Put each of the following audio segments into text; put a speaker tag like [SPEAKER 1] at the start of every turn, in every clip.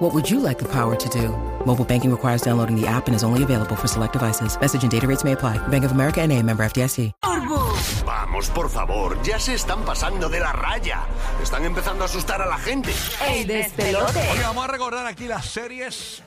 [SPEAKER 1] What would you like the power to do? Mobile banking requires downloading the app and is only available for select devices. Message and data rates may apply. Bank of America and a member FDIC.
[SPEAKER 2] Vamos, por favor, ya se están pasando de la raya. Están empezando a asustar a la gente.
[SPEAKER 3] ¡Ey, despelote!
[SPEAKER 4] Oye, vamos a recordar aquí las series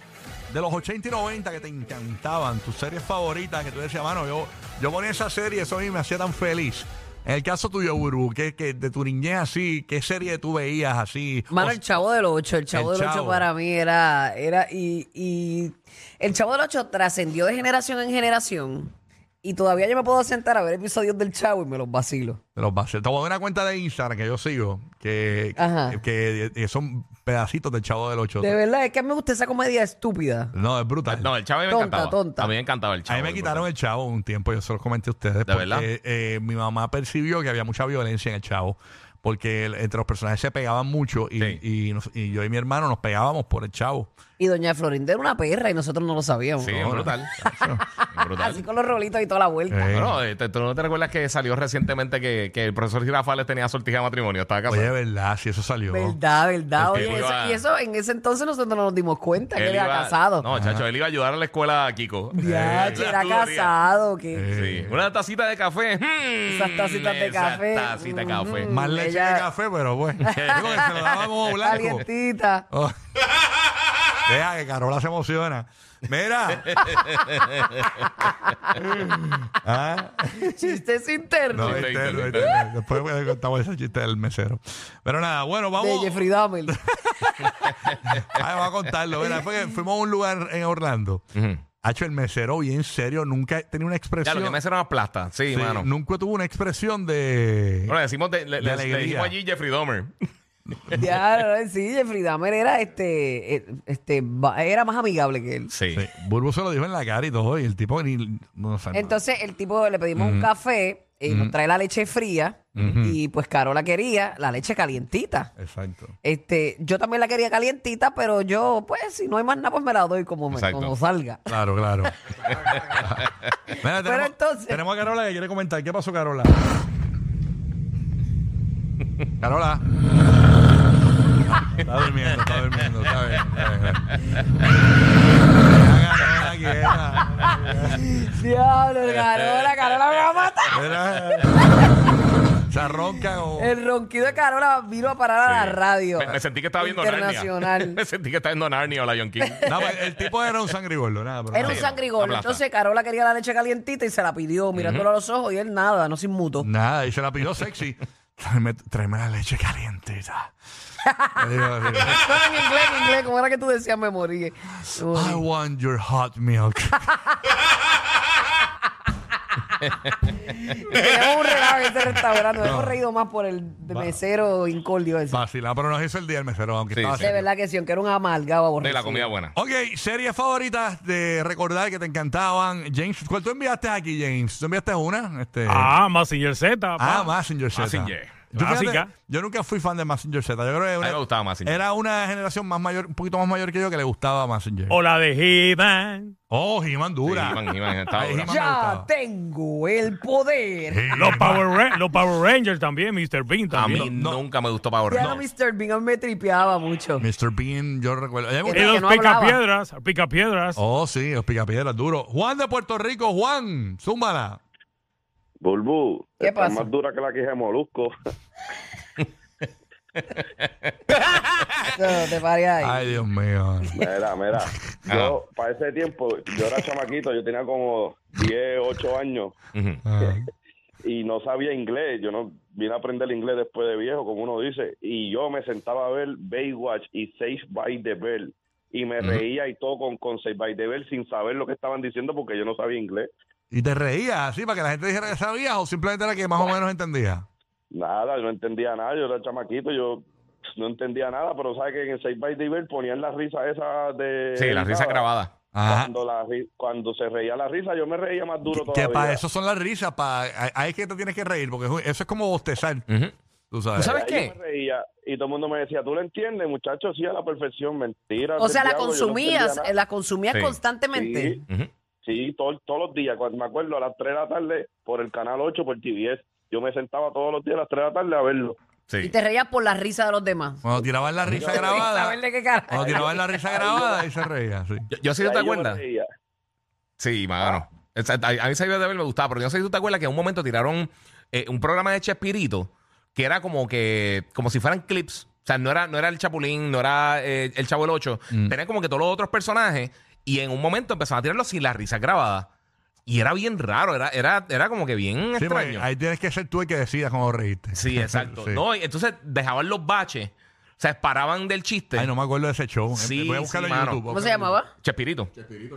[SPEAKER 4] de los 80 y 90 que te encantaban, tus series favoritas, que tú decías, mano, yo, yo ponía esa serie, eso a mí me hacía tan feliz. En el caso tuyo, Burbu, que, de tu niñez así, ¿qué serie tú veías así?
[SPEAKER 3] Mano,
[SPEAKER 4] O-
[SPEAKER 3] el Chavo del Ocho, el Chavo
[SPEAKER 4] El
[SPEAKER 3] del Ocho
[SPEAKER 4] Chavo.
[SPEAKER 3] para mí era, era y, y el Chavo del Ocho trascendió de generación en generación y todavía yo me puedo sentar a ver episodios del Chavo y me los vacilo.
[SPEAKER 4] de los bases. Te voy a dar una cuenta de Instagram que yo sigo, que,
[SPEAKER 3] Ajá.
[SPEAKER 4] que, que son pedacitos del Chavo del Ocho.
[SPEAKER 3] De verdad, es que a mí me gusta esa comedia estúpida.
[SPEAKER 4] No, es brutal.
[SPEAKER 5] No, el chavo a mí me
[SPEAKER 3] Tonta,
[SPEAKER 5] encantaba.
[SPEAKER 3] tonta.
[SPEAKER 5] A mí me encantaba el chavo.
[SPEAKER 4] a mí me quitaron el chavo un tiempo, yo se los comenté a ustedes. porque,
[SPEAKER 5] verdad?
[SPEAKER 4] eh, mi mamá percibió que había mucha violencia en el chavo, porque el- entre los personajes se pegaban mucho y,
[SPEAKER 5] Sí.
[SPEAKER 4] y nos- y yo y mi hermano nos pegábamos por el chavo.
[SPEAKER 3] Y Doña Florinda era una perra y nosotros no lo sabíamos.
[SPEAKER 5] Sí, es brutal. Es
[SPEAKER 3] Así
[SPEAKER 5] brutal.
[SPEAKER 3] con los rolitos y toda la vuelta.
[SPEAKER 4] Eh,
[SPEAKER 5] Bueno, eh, te- ¿tú no te recuerdas que salió recientemente que, que el profesor Girafales tenía sortija de matrimonio? Estaba casado.
[SPEAKER 4] Oye, verdad, si eso salió.
[SPEAKER 3] Verdad, verdad.
[SPEAKER 5] El tipo
[SPEAKER 3] Oye, eso-
[SPEAKER 5] iba-
[SPEAKER 3] y eso en ese entonces nosotros no nos dimos cuenta que
[SPEAKER 5] Él
[SPEAKER 3] él era
[SPEAKER 5] iba-
[SPEAKER 3] casado.
[SPEAKER 5] No, chacho, él iba a ayudar a la escuela a Kiko.
[SPEAKER 3] Ya,
[SPEAKER 5] Eh,
[SPEAKER 3] que era
[SPEAKER 5] tú,
[SPEAKER 3] casado. Que...
[SPEAKER 5] tía.
[SPEAKER 4] Eh.
[SPEAKER 5] Sí. Una tacita de café. mm,
[SPEAKER 3] Esas tacitas de café.
[SPEAKER 5] Esas tacitas de café.
[SPEAKER 3] Mm.
[SPEAKER 4] Más leche
[SPEAKER 3] Ella-
[SPEAKER 4] que café, pero bueno. Digo, que se lo dábamos blanco.
[SPEAKER 3] Calientita.
[SPEAKER 4] Oh. Deja que Carola se emociona. Mira. Ah,
[SPEAKER 3] Chistes internos.
[SPEAKER 4] no,
[SPEAKER 5] Chiste
[SPEAKER 4] este-
[SPEAKER 5] interno.
[SPEAKER 4] este- después le contamos ese chiste del mesero. Pero nada, bueno,
[SPEAKER 3] de
[SPEAKER 4] vamos.
[SPEAKER 3] Jeffrey Dahmer.
[SPEAKER 4] Ay, voy a contarlo. Mira, fue que fuimos a un lugar en Orlando. Hacho, el mesero, bien serio, nunca tenía una
[SPEAKER 5] Ya,
[SPEAKER 4] expresión.
[SPEAKER 5] lo que me hicieron las plastas. Sí,
[SPEAKER 4] Sí,
[SPEAKER 5] mano.
[SPEAKER 4] Nunca tuvo una expresión de.
[SPEAKER 5] Bueno, le decimos, de- le, le-
[SPEAKER 4] De
[SPEAKER 5] le
[SPEAKER 4] alegría.
[SPEAKER 5] dijimos allí Jeffrey Dahmer.
[SPEAKER 3] ya, no, no, sí, Jeffrey Dahmer era este, eh, este, va- era más amigable que él.
[SPEAKER 5] Sí.
[SPEAKER 4] Sí, Burbu se lo dijo en la cara y todo, y el tipo ni. No, sé,
[SPEAKER 3] Entonces, el tipo le pedimos un café, eh, nos trae la leche fría, y pues Carola quería la leche calientita.
[SPEAKER 4] Exacto.
[SPEAKER 3] Este, yo también la quería calientita, pero yo, pues, si no hay más nada, pues me la doy como, me,
[SPEAKER 5] Exacto.
[SPEAKER 3] como salga.
[SPEAKER 4] Claro, claro. Mira, tenemos,
[SPEAKER 3] entonces-
[SPEAKER 4] tenemos a Carola que quiere comentar. ¿Qué pasó, Carola? Carola. Está durmiendo, está durmiendo. Está bien, está bien, está bien. Mira, Carola, aquí, mira.
[SPEAKER 3] Diablo, Carola, Carola me va a matar.
[SPEAKER 4] Mira. Se arronca o...
[SPEAKER 3] El ronquido de Carola vino a parar a la radio.
[SPEAKER 5] Me, me sentí que estaba viendo Narnia.
[SPEAKER 3] Internacional.
[SPEAKER 5] me sentí que estaba viendo Narnia o Lion King.
[SPEAKER 4] No, pues, el tipo era un sangrigordo, nada. Pero
[SPEAKER 3] Era un
[SPEAKER 4] nada.
[SPEAKER 3] sangrigolo.
[SPEAKER 5] aplasta.
[SPEAKER 3] Entonces Carola quería la leche calientita y se la pidió mirándolo a los ojos y él nada, no se inmutó.
[SPEAKER 4] Nada, y se la pidió sexy. Tráeme, tráeme la leche calientita. Le digo así.
[SPEAKER 3] en inglés, en inglés, como era que tú decías, me morí. Me morí.
[SPEAKER 4] I want your hot milk.
[SPEAKER 3] Tenemos un relajo en este restaurante. Nos hemos reído más por el mesero incordio ese.
[SPEAKER 4] Vacilado, pero nos hizo el día el mesero, aunque
[SPEAKER 5] Sí,
[SPEAKER 4] estaba
[SPEAKER 5] sí.
[SPEAKER 3] De
[SPEAKER 4] serio.
[SPEAKER 3] verdad que sí, aunque era un amargado
[SPEAKER 5] De
[SPEAKER 3] aborrecido.
[SPEAKER 5] la comida buena.
[SPEAKER 4] Ok, series favoritas de recordar que te encantaban. James, ¿cuál tú enviaste aquí, James? ¿Tú enviaste una? Este,
[SPEAKER 6] Ah, Massinger Z. pa.
[SPEAKER 4] ah, Massinger Z.
[SPEAKER 5] Mazinger.
[SPEAKER 4] Yo, fíjate,
[SPEAKER 6] Clásica.
[SPEAKER 4] yo nunca fui fan de Massinger Z. Yo creo que
[SPEAKER 5] A mí me
[SPEAKER 4] una-
[SPEAKER 5] gustaba más.
[SPEAKER 4] era una generación más mayor, un poquito más mayor que yo que le gustaba Massinger.
[SPEAKER 6] O la de He-Man.
[SPEAKER 4] Oh, He-Man dura.
[SPEAKER 5] Sí, He-Man, He-Man, estaba
[SPEAKER 4] Ay,
[SPEAKER 5] dura.
[SPEAKER 4] He-Man me
[SPEAKER 3] Ya
[SPEAKER 4] gustaba.
[SPEAKER 3] tengo el poder.
[SPEAKER 4] He-Man.
[SPEAKER 6] Los Power, Ra- los Power Rangers también, Mr. Bean
[SPEAKER 5] A
[SPEAKER 6] también.
[SPEAKER 5] mí nunca me gustó Power
[SPEAKER 3] Ya
[SPEAKER 5] Rangers.
[SPEAKER 3] no, Mr. Bean, a mí me tripeaba mucho.
[SPEAKER 4] Mr. Bean, yo recuerdo. A mí me
[SPEAKER 6] Y
[SPEAKER 4] gustaba-
[SPEAKER 3] que
[SPEAKER 6] los
[SPEAKER 3] no hablaba.
[SPEAKER 6] picapiedras, picapiedras.
[SPEAKER 4] Oh, sí, los picapiedras, duro. Juan de Puerto Rico, Juan, zúmbala.
[SPEAKER 7] Bulbú,
[SPEAKER 3] ¿Qué
[SPEAKER 7] está
[SPEAKER 3] pasa?
[SPEAKER 7] más dura que la queja de Molusco.
[SPEAKER 3] No, te paré ahí.
[SPEAKER 4] Ay, Dios mío.
[SPEAKER 7] Mira, mira,
[SPEAKER 5] Ah.
[SPEAKER 7] yo para ese tiempo, yo era chamaquito, yo tenía como 10, 8 años
[SPEAKER 5] Ujú.
[SPEAKER 4] Ah.
[SPEAKER 7] y no sabía inglés. Yo no vine a aprender inglés después de viejo, como uno dice. Y yo me sentaba a ver Baywatch y Save by the Bell y me reía y todo con, con Save by the Bell sin saber lo que estaban diciendo porque yo no sabía inglés.
[SPEAKER 4] ¿Y te reías así para que la gente dijera que sabías o simplemente era que más o menos entendía?
[SPEAKER 7] Nada, yo no entendía nada, yo era chamaquito, yo no entendía nada, pero sabes que en el Save by the Bell ponían la risa esa de...
[SPEAKER 5] Sí, la risa
[SPEAKER 7] grabada.
[SPEAKER 5] grabada.
[SPEAKER 4] Ajá.
[SPEAKER 7] Cuando, la, ri- cuando se reía la risa, yo me reía más duro
[SPEAKER 4] Ah, Que
[SPEAKER 7] todavía.
[SPEAKER 4] para eso son las risas, para, ahí es que te tienes que reír, porque eso es como bostezar.
[SPEAKER 5] Ujú.
[SPEAKER 4] Tú sabes.
[SPEAKER 5] ¿Tú sabes
[SPEAKER 7] Ahí yo
[SPEAKER 5] qué?
[SPEAKER 7] me reía y todo el mundo me decía, tú lo entiendes, muchacho, sí, a la perfección, mentira.
[SPEAKER 3] O sea, la
[SPEAKER 7] Santiago, yo no entendía
[SPEAKER 3] consumías,
[SPEAKER 7] nada.
[SPEAKER 3] eh, la consumías
[SPEAKER 5] Sí.
[SPEAKER 3] constantemente.
[SPEAKER 7] Sí,
[SPEAKER 5] Ujú.
[SPEAKER 7] sí, todo- todos los días. Cuando me acuerdo, a las 3 de la tarde, por el canal 8, por TVS, yo me sentaba todos los días a las 3 de la tarde a verlo.
[SPEAKER 5] Sí.
[SPEAKER 3] Y te reías por la risa de los demás.
[SPEAKER 4] Cuando tiraban la risa grabada. Oh,
[SPEAKER 3] ¿Saben de qué cara?
[SPEAKER 4] Cuando tiraban la risa grabada, y se reía, sí.
[SPEAKER 5] Yo, yo sí,
[SPEAKER 7] Y
[SPEAKER 5] ¿tú te
[SPEAKER 7] ahí yo me
[SPEAKER 5] acuerdas?
[SPEAKER 7] reía.
[SPEAKER 5] Sí, mano. Esa- A, a mí esa idea de ver me gustaba, pero yo no sé si tú te acuerdas que en un momento tiraron eh, un programa de Chespirito que era como que, como si fueran clips. O sea, no era, no era el Chapulín, no era eh, el Chavo el 8.
[SPEAKER 4] Mm.
[SPEAKER 5] Tenía como que todos los otros personajes y en un momento empezaron a tirarlos sin las risas grabadas. Y era bien raro, era, era, era como que bien
[SPEAKER 4] Sí, porque
[SPEAKER 5] extraño.
[SPEAKER 4] ahí tienes que ser tú el que decidas cómo reírte.
[SPEAKER 5] Sí, exacto.
[SPEAKER 4] Sí.
[SPEAKER 5] No, y entonces dejaban los baches, o sea, paraban del chiste.
[SPEAKER 4] Ay, no me acuerdo de ese show.
[SPEAKER 5] este
[SPEAKER 4] Eh,
[SPEAKER 5] Sí,
[SPEAKER 4] Voy a buscarlo
[SPEAKER 5] sí,
[SPEAKER 4] en
[SPEAKER 5] mano.
[SPEAKER 4] YouTube.
[SPEAKER 3] ¿Cómo se llamaba?
[SPEAKER 5] Chespirito.
[SPEAKER 4] Chespirito.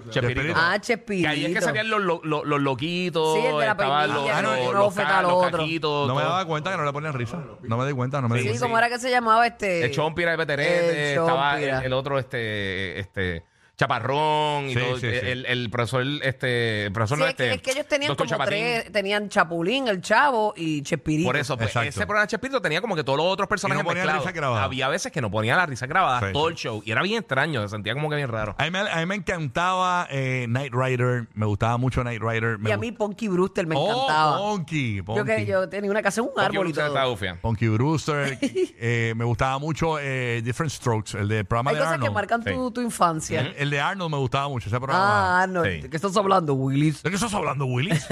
[SPEAKER 3] Ah,
[SPEAKER 5] Que
[SPEAKER 3] Chespirito.
[SPEAKER 5] ahí es que salían los, lo- lo- los loquitos.
[SPEAKER 3] Sí, el de la
[SPEAKER 5] estaban los,
[SPEAKER 3] peinilla,
[SPEAKER 5] los,
[SPEAKER 4] que le
[SPEAKER 5] los,
[SPEAKER 4] dio
[SPEAKER 3] una bofetada
[SPEAKER 5] ca-
[SPEAKER 3] al
[SPEAKER 5] los
[SPEAKER 3] otro.
[SPEAKER 5] caquitos.
[SPEAKER 4] Ah, No me
[SPEAKER 5] todo.
[SPEAKER 4] daba cuenta que no le ponían risa. No me di cuenta, no me di
[SPEAKER 3] Sí,
[SPEAKER 4] cuenta.
[SPEAKER 3] ¿cómo era que se llamaba este?
[SPEAKER 5] El Chompira, el Beterete,
[SPEAKER 3] El
[SPEAKER 5] estaba el,
[SPEAKER 3] Chompira.
[SPEAKER 5] el otro, este, este, Chaparrón, y
[SPEAKER 4] Sí,
[SPEAKER 5] todo,
[SPEAKER 4] sí, sí.
[SPEAKER 5] El, el profesor, este, el profesor
[SPEAKER 3] Sí,
[SPEAKER 5] no,
[SPEAKER 3] es, que,
[SPEAKER 5] este,
[SPEAKER 3] es que ellos tenían
[SPEAKER 5] Doctor
[SPEAKER 3] como
[SPEAKER 5] Chapatín.
[SPEAKER 3] tres, tenían Chapulín, el Chavo y Chespirito.
[SPEAKER 5] Por eso, pues,
[SPEAKER 4] Exacto.
[SPEAKER 5] ese programa de Chespirito tenía como que todos los otros personajes
[SPEAKER 4] ponía
[SPEAKER 5] mezclados.
[SPEAKER 4] risa grabada.
[SPEAKER 5] Había veces que no ponía la risa grabada
[SPEAKER 4] Sí,
[SPEAKER 5] todo
[SPEAKER 4] sí.
[SPEAKER 5] el show y era bien extraño, se sentía como que bien raro.
[SPEAKER 4] A mí, me, a mí me encantaba eh, Knight Rider. Me gustaba mucho Knight Rider.
[SPEAKER 3] Y
[SPEAKER 4] Me
[SPEAKER 3] a mí Ponky Brewster me
[SPEAKER 4] gust-
[SPEAKER 3] encantaba.
[SPEAKER 4] Oh, Ponky. Ponky.
[SPEAKER 3] yo, que, yo tenía una casa en un
[SPEAKER 5] Porque
[SPEAKER 3] árbol y
[SPEAKER 5] Bruce
[SPEAKER 3] todo.
[SPEAKER 5] estaba bufiando.
[SPEAKER 4] Ponky Brewster. eh, me gustaba mucho eh, Different Strokes, el de programa
[SPEAKER 3] Hay
[SPEAKER 4] de
[SPEAKER 3] cosas
[SPEAKER 4] Arnold.
[SPEAKER 3] que marcan
[SPEAKER 5] Sí.
[SPEAKER 3] tu, tu infancia.
[SPEAKER 4] El de Arnold me gustaba mucho ese programa.
[SPEAKER 3] Ah, Arnold.
[SPEAKER 5] Sí.
[SPEAKER 3] ¿De qué estás hablando, Willis?
[SPEAKER 4] ¿De qué estás hablando, Willis?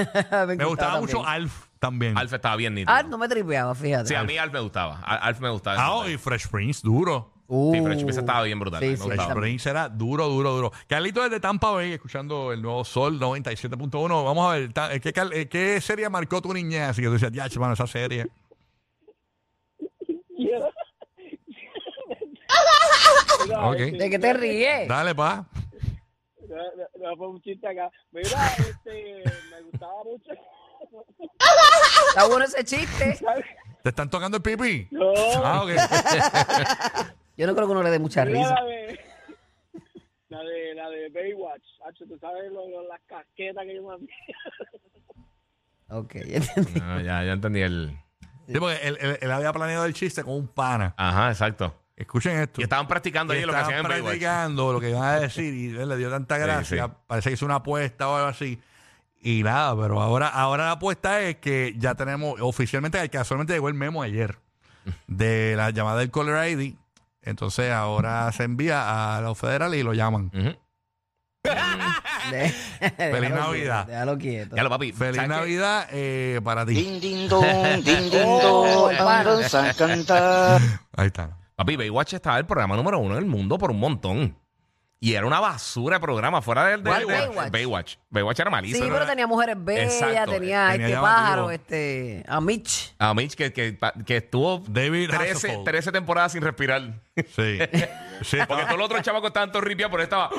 [SPEAKER 4] me gustaba mucho
[SPEAKER 3] también.
[SPEAKER 4] Alf también.
[SPEAKER 5] Alf estaba bien nítido.
[SPEAKER 3] Arnold me tripeaba, fíjate.
[SPEAKER 5] Sí, a mí Alf me gustaba. Al- Alf me gustaba.
[SPEAKER 4] Ah, oh, y Fresh Prince, duro.
[SPEAKER 5] Sí, pero
[SPEAKER 3] Uh.
[SPEAKER 5] Chespirito estaba bien brutal.
[SPEAKER 3] Sí,
[SPEAKER 5] me
[SPEAKER 3] sí,
[SPEAKER 5] gustaba.
[SPEAKER 4] Fresh Prince era duro, duro, duro. Carlito desde Tampa Bay, escuchando el nuevo Sol 97.1. Vamos a ver, ta- eh, ¿qué, cal- eh, qué serie marcó tu niñez? Así que tú decías, ya, chimano, esa serie. Ok.
[SPEAKER 3] ¿De qué te ríes?
[SPEAKER 4] Dale, pa.
[SPEAKER 8] No, no, no, fue un chiste acá. Mira, este, me gustaba mucho.
[SPEAKER 3] Está bueno ese chiste.
[SPEAKER 4] ¿Te están tocando el pipí?
[SPEAKER 8] No,
[SPEAKER 4] Ah, ok.
[SPEAKER 3] Yo no creo que uno le dé mucha
[SPEAKER 8] mira
[SPEAKER 3] risa.
[SPEAKER 8] la de, la de, la de Baywatch. Hacho, tú sabes lo, lo- las casquetas que yo me hacía.
[SPEAKER 3] Ok, ya entendí.
[SPEAKER 5] Ah, ya, ya entendí el.
[SPEAKER 4] Sí, porque él, él- él había planeado el chiste con un pana.
[SPEAKER 5] Ajá, exacto.
[SPEAKER 4] Escuchen esto.
[SPEAKER 5] Y estaban practicando
[SPEAKER 4] Y
[SPEAKER 5] ahí lo que hacían en
[SPEAKER 4] estaban
[SPEAKER 5] Baywatch.
[SPEAKER 4] practicando lo que iban a decir y él le dio tanta gracia.
[SPEAKER 5] sí.
[SPEAKER 4] Parece que hizo una apuesta o algo así. Y nada, pero ahora, ahora la apuesta es que ya tenemos oficialmente, casualmente llegó el memo ayer de la llamada del caller ID. Entonces ahora se envía a los federales y lo llaman.
[SPEAKER 5] Ujú.
[SPEAKER 3] De- déjalo quieto,
[SPEAKER 4] Navidad.
[SPEAKER 3] Déjalo quieto.
[SPEAKER 5] Ya lo papi.
[SPEAKER 4] Feliz
[SPEAKER 5] ¿sabes qué?
[SPEAKER 4] Navidad eh, para ti.
[SPEAKER 9] Ding ding dong, ding ding
[SPEAKER 3] Oh,
[SPEAKER 9] dong,
[SPEAKER 3] el palo.
[SPEAKER 9] vamos a cantar.
[SPEAKER 4] Ahí está.
[SPEAKER 5] Papi, Baywatch estaba el programa número uno en el mundo por un montón. Y era una basura de programa fuera del de,
[SPEAKER 3] ¿Cuál
[SPEAKER 5] de-
[SPEAKER 3] Baywatch?
[SPEAKER 5] Baywatch. Baywatch era
[SPEAKER 3] Sí,
[SPEAKER 5] malísimo.
[SPEAKER 3] pero
[SPEAKER 5] Era-
[SPEAKER 3] tenía mujeres bellas,
[SPEAKER 5] Exacto,
[SPEAKER 3] tenía a
[SPEAKER 4] tenía
[SPEAKER 3] este
[SPEAKER 4] llamativo.
[SPEAKER 3] pájaro, este, a Mitch.
[SPEAKER 5] A Mitch que, que, pa- que estuvo
[SPEAKER 4] David
[SPEAKER 5] 13,
[SPEAKER 4] Hasselhoff.
[SPEAKER 5] 13 temporadas sin respirar.
[SPEAKER 4] Sí. sí,
[SPEAKER 5] Porque
[SPEAKER 4] estaba-
[SPEAKER 5] todos los otros chavacos estaban todos ripiados, pero él estaba.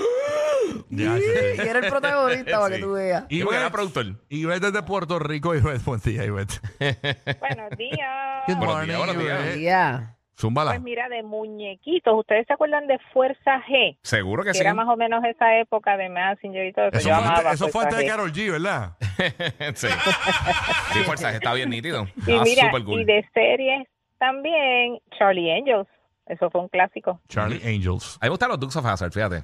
[SPEAKER 4] ya, sí,
[SPEAKER 3] Y
[SPEAKER 4] sí.
[SPEAKER 3] era el protagonista para que
[SPEAKER 5] Sí.
[SPEAKER 3] tú veas.
[SPEAKER 5] Y era
[SPEAKER 4] pues,
[SPEAKER 5] productor.
[SPEAKER 4] Ivette desde Puerto Rico. Ivette, buen día, Ivette.
[SPEAKER 10] Buenos días.
[SPEAKER 4] Good
[SPEAKER 5] Buenos días,
[SPEAKER 4] morning,
[SPEAKER 5] buenos días.
[SPEAKER 4] Ivette.
[SPEAKER 3] Ya.
[SPEAKER 4] Zúmbala.
[SPEAKER 10] Pues mira, de muñequitos. ¿Ustedes se acuerdan de Fuerza G?
[SPEAKER 5] Seguro que
[SPEAKER 10] Que
[SPEAKER 5] sí.
[SPEAKER 10] era más o menos esa época de Messenger y todo eso.
[SPEAKER 4] Eso
[SPEAKER 10] Yo
[SPEAKER 4] fue, antes-
[SPEAKER 10] amaba
[SPEAKER 4] eso fue
[SPEAKER 10] Fuerza
[SPEAKER 4] antes de
[SPEAKER 10] G.
[SPEAKER 4] Carol G, ¿verdad?
[SPEAKER 5] sí. sí, fuerza, está bien nítido.
[SPEAKER 10] Y
[SPEAKER 4] Ah,
[SPEAKER 5] Estaba
[SPEAKER 10] mira,
[SPEAKER 5] súper cool.
[SPEAKER 10] y de series también Charlie Angels. Eso fue un clásico.
[SPEAKER 4] Charlie Angels.
[SPEAKER 5] A mí me gustan los Dukes of Hazard, fíjate.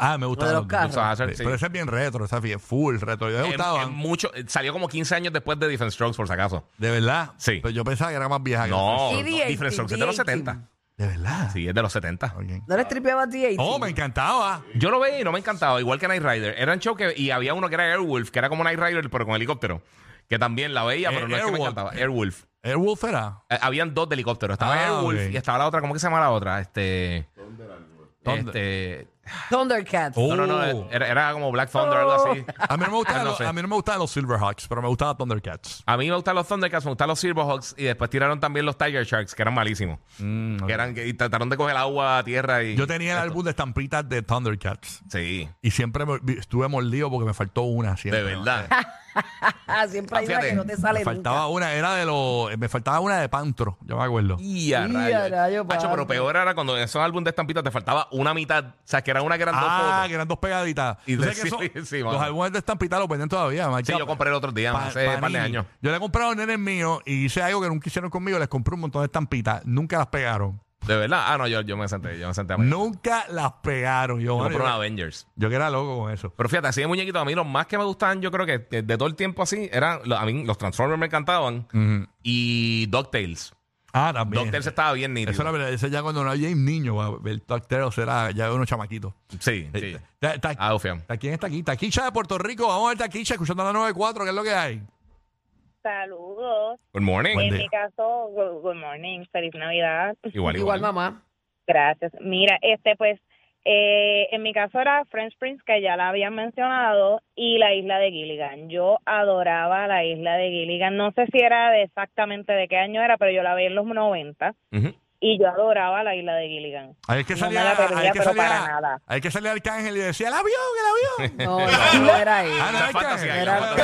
[SPEAKER 4] Ah, me
[SPEAKER 3] Lo de
[SPEAKER 4] gustaban
[SPEAKER 3] los
[SPEAKER 4] los
[SPEAKER 3] carros.
[SPEAKER 4] Dukes of Hazzard,
[SPEAKER 5] Sí.
[SPEAKER 4] Pero ese es bien retro, está bien full retro. Yo me
[SPEAKER 5] En- en
[SPEAKER 4] gustaban.
[SPEAKER 5] mucho, salió como 15 años después de Defense Strokes, por si acaso.
[SPEAKER 4] De verdad.
[SPEAKER 5] Sí.
[SPEAKER 4] Pero yo pensaba que era más vieja. que
[SPEAKER 5] No,
[SPEAKER 4] esa.
[SPEAKER 5] no,
[SPEAKER 3] D18,
[SPEAKER 5] Different Strokes es de los
[SPEAKER 3] D18.
[SPEAKER 5] 70.
[SPEAKER 4] De verdad.
[SPEAKER 5] Sí, es de los 70.
[SPEAKER 4] Ok.
[SPEAKER 3] ¿No les tripeaba D18?
[SPEAKER 4] Oh, me encantaba.
[SPEAKER 5] Yo lo veía y no me encantaba, igual que Night Rider. Eran show que, y había uno que era Airwolf, que era como Night Rider, pero con helicóptero. Que también la veía,
[SPEAKER 4] Eh,
[SPEAKER 5] pero no es que me
[SPEAKER 4] Airwolf.
[SPEAKER 5] encantaba. Airwolf.
[SPEAKER 4] Airwolf era.
[SPEAKER 5] Eh, habían dos de helicópteros. Estaba
[SPEAKER 4] Ah,
[SPEAKER 5] Airwolf
[SPEAKER 4] ok.
[SPEAKER 5] y estaba la otra. ¿Cómo que se llama la otra? Este.
[SPEAKER 4] Thunder.
[SPEAKER 5] Este.
[SPEAKER 3] Thundercats.
[SPEAKER 4] Oh.
[SPEAKER 5] No, no, no. Era, era como Black Thunder, algo así.
[SPEAKER 4] A mí no me gustaban,
[SPEAKER 5] No
[SPEAKER 4] los,
[SPEAKER 5] sé.
[SPEAKER 4] a mí no me gustaban los Silverhawks, pero me gustaba Thundercats.
[SPEAKER 5] A mí me gustan los Thundercats, me gustan los Silverhawks y después tiraron también los Tiger Sharks, que eran malísimos. que eran, que- y trataron de coger agua, tierra y.
[SPEAKER 4] Mm, Yo tenía el álbum de estampitas de Thundercats.
[SPEAKER 5] Sí,
[SPEAKER 4] Y siempre me- vi- estuve mordido porque me faltó una.
[SPEAKER 5] de
[SPEAKER 4] Siempre.
[SPEAKER 5] verdad.
[SPEAKER 3] Ah, Siempre hay una
[SPEAKER 5] Fíjate,
[SPEAKER 3] que no te
[SPEAKER 4] Me
[SPEAKER 3] sale
[SPEAKER 4] faltaba
[SPEAKER 3] nunca.
[SPEAKER 4] una, era de los. eh, Me faltaba una de Pantro, yo me acuerdo.
[SPEAKER 5] Y a
[SPEAKER 3] Y
[SPEAKER 5] rayo.
[SPEAKER 3] a rayo,
[SPEAKER 5] Hacho, pero
[SPEAKER 3] papi.
[SPEAKER 5] peor era cuando en esos álbumes de estampitas te faltaba una mitad. O sea, que era una que eran dos
[SPEAKER 4] Ah,
[SPEAKER 5] fotos.
[SPEAKER 4] que eran dos pegaditas.
[SPEAKER 5] Y
[SPEAKER 4] Tú sabes
[SPEAKER 5] de-
[SPEAKER 4] que
[SPEAKER 5] sí,
[SPEAKER 4] eso-
[SPEAKER 5] sí,
[SPEAKER 4] los
[SPEAKER 5] mano.
[SPEAKER 4] álbumes de estampita los venden todavía.
[SPEAKER 5] Sí,
[SPEAKER 4] Marca.
[SPEAKER 5] yo compré el otro día,
[SPEAKER 4] Pa-
[SPEAKER 5] hace un par de
[SPEAKER 4] Panini.
[SPEAKER 5] años.
[SPEAKER 4] Yo le compré a los nenes míos y hice algo que nunca hicieron conmigo. Les compré un montón de estampitas. Nunca las pegaron.
[SPEAKER 5] De verdad. Ah, no, yo, yo me senté. Yo me senté a mí.
[SPEAKER 4] Nunca las pegaron. Yo,
[SPEAKER 5] Yo
[SPEAKER 4] mano,
[SPEAKER 5] compré
[SPEAKER 4] yo-
[SPEAKER 5] un Avengers.
[SPEAKER 4] yo que era loco con eso.
[SPEAKER 5] Pero fíjate, así de muñequitos, a mí los más que me gustaban, yo creo que de, de todo el tiempo así, eran, lo- a mí los Transformers me encantaban
[SPEAKER 4] Ujú.
[SPEAKER 5] y DuckTales.
[SPEAKER 4] Ah, también.
[SPEAKER 5] DuckTales estaba bien nítido.
[SPEAKER 4] Eso era verdad, ese ya cuando no había un niño, va, el tactero será ya unos chamaquitos.
[SPEAKER 5] Sí, sí.
[SPEAKER 4] Eh, ta- ta-
[SPEAKER 5] Ah, ufia.
[SPEAKER 4] ta- ¿Quién está aquí? Taquicha de Puerto Rico. Vamos a ver Taquicha escuchando la 94, ¿qué es lo que hay?
[SPEAKER 10] Saludos.
[SPEAKER 5] Good morning.
[SPEAKER 4] Buen
[SPEAKER 10] en
[SPEAKER 4] día.
[SPEAKER 10] mi caso, good, good morning, feliz Navidad.
[SPEAKER 5] Igual, igual.
[SPEAKER 3] Igual, mamá.
[SPEAKER 10] Gracias. Mira, este pues, eh, en mi caso era French Prince, que ya la habían mencionado, y la isla de Gilligan. Yo adoraba la isla de Gilligan. No sé si era de exactamente de qué año era, pero yo la vi en los 90
[SPEAKER 5] Ujú.
[SPEAKER 10] y yo adoraba la isla de Gilligan.
[SPEAKER 4] Ahí es que
[SPEAKER 10] No
[SPEAKER 4] salía,
[SPEAKER 10] me la perdía,
[SPEAKER 4] ahí es que
[SPEAKER 10] pero
[SPEAKER 4] salía-
[SPEAKER 10] para nada.
[SPEAKER 4] ahí es que salía Arcángel y decía, el avión, el avión.
[SPEAKER 3] No, no, no era él.
[SPEAKER 4] Ah, no,
[SPEAKER 5] Esa
[SPEAKER 4] es
[SPEAKER 5] fantasía,
[SPEAKER 4] que-
[SPEAKER 5] esa
[SPEAKER 4] era-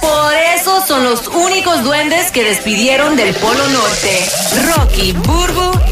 [SPEAKER 11] Por eso son los únicos duendes que despidieron del Polo Norte. Rocky, Burbu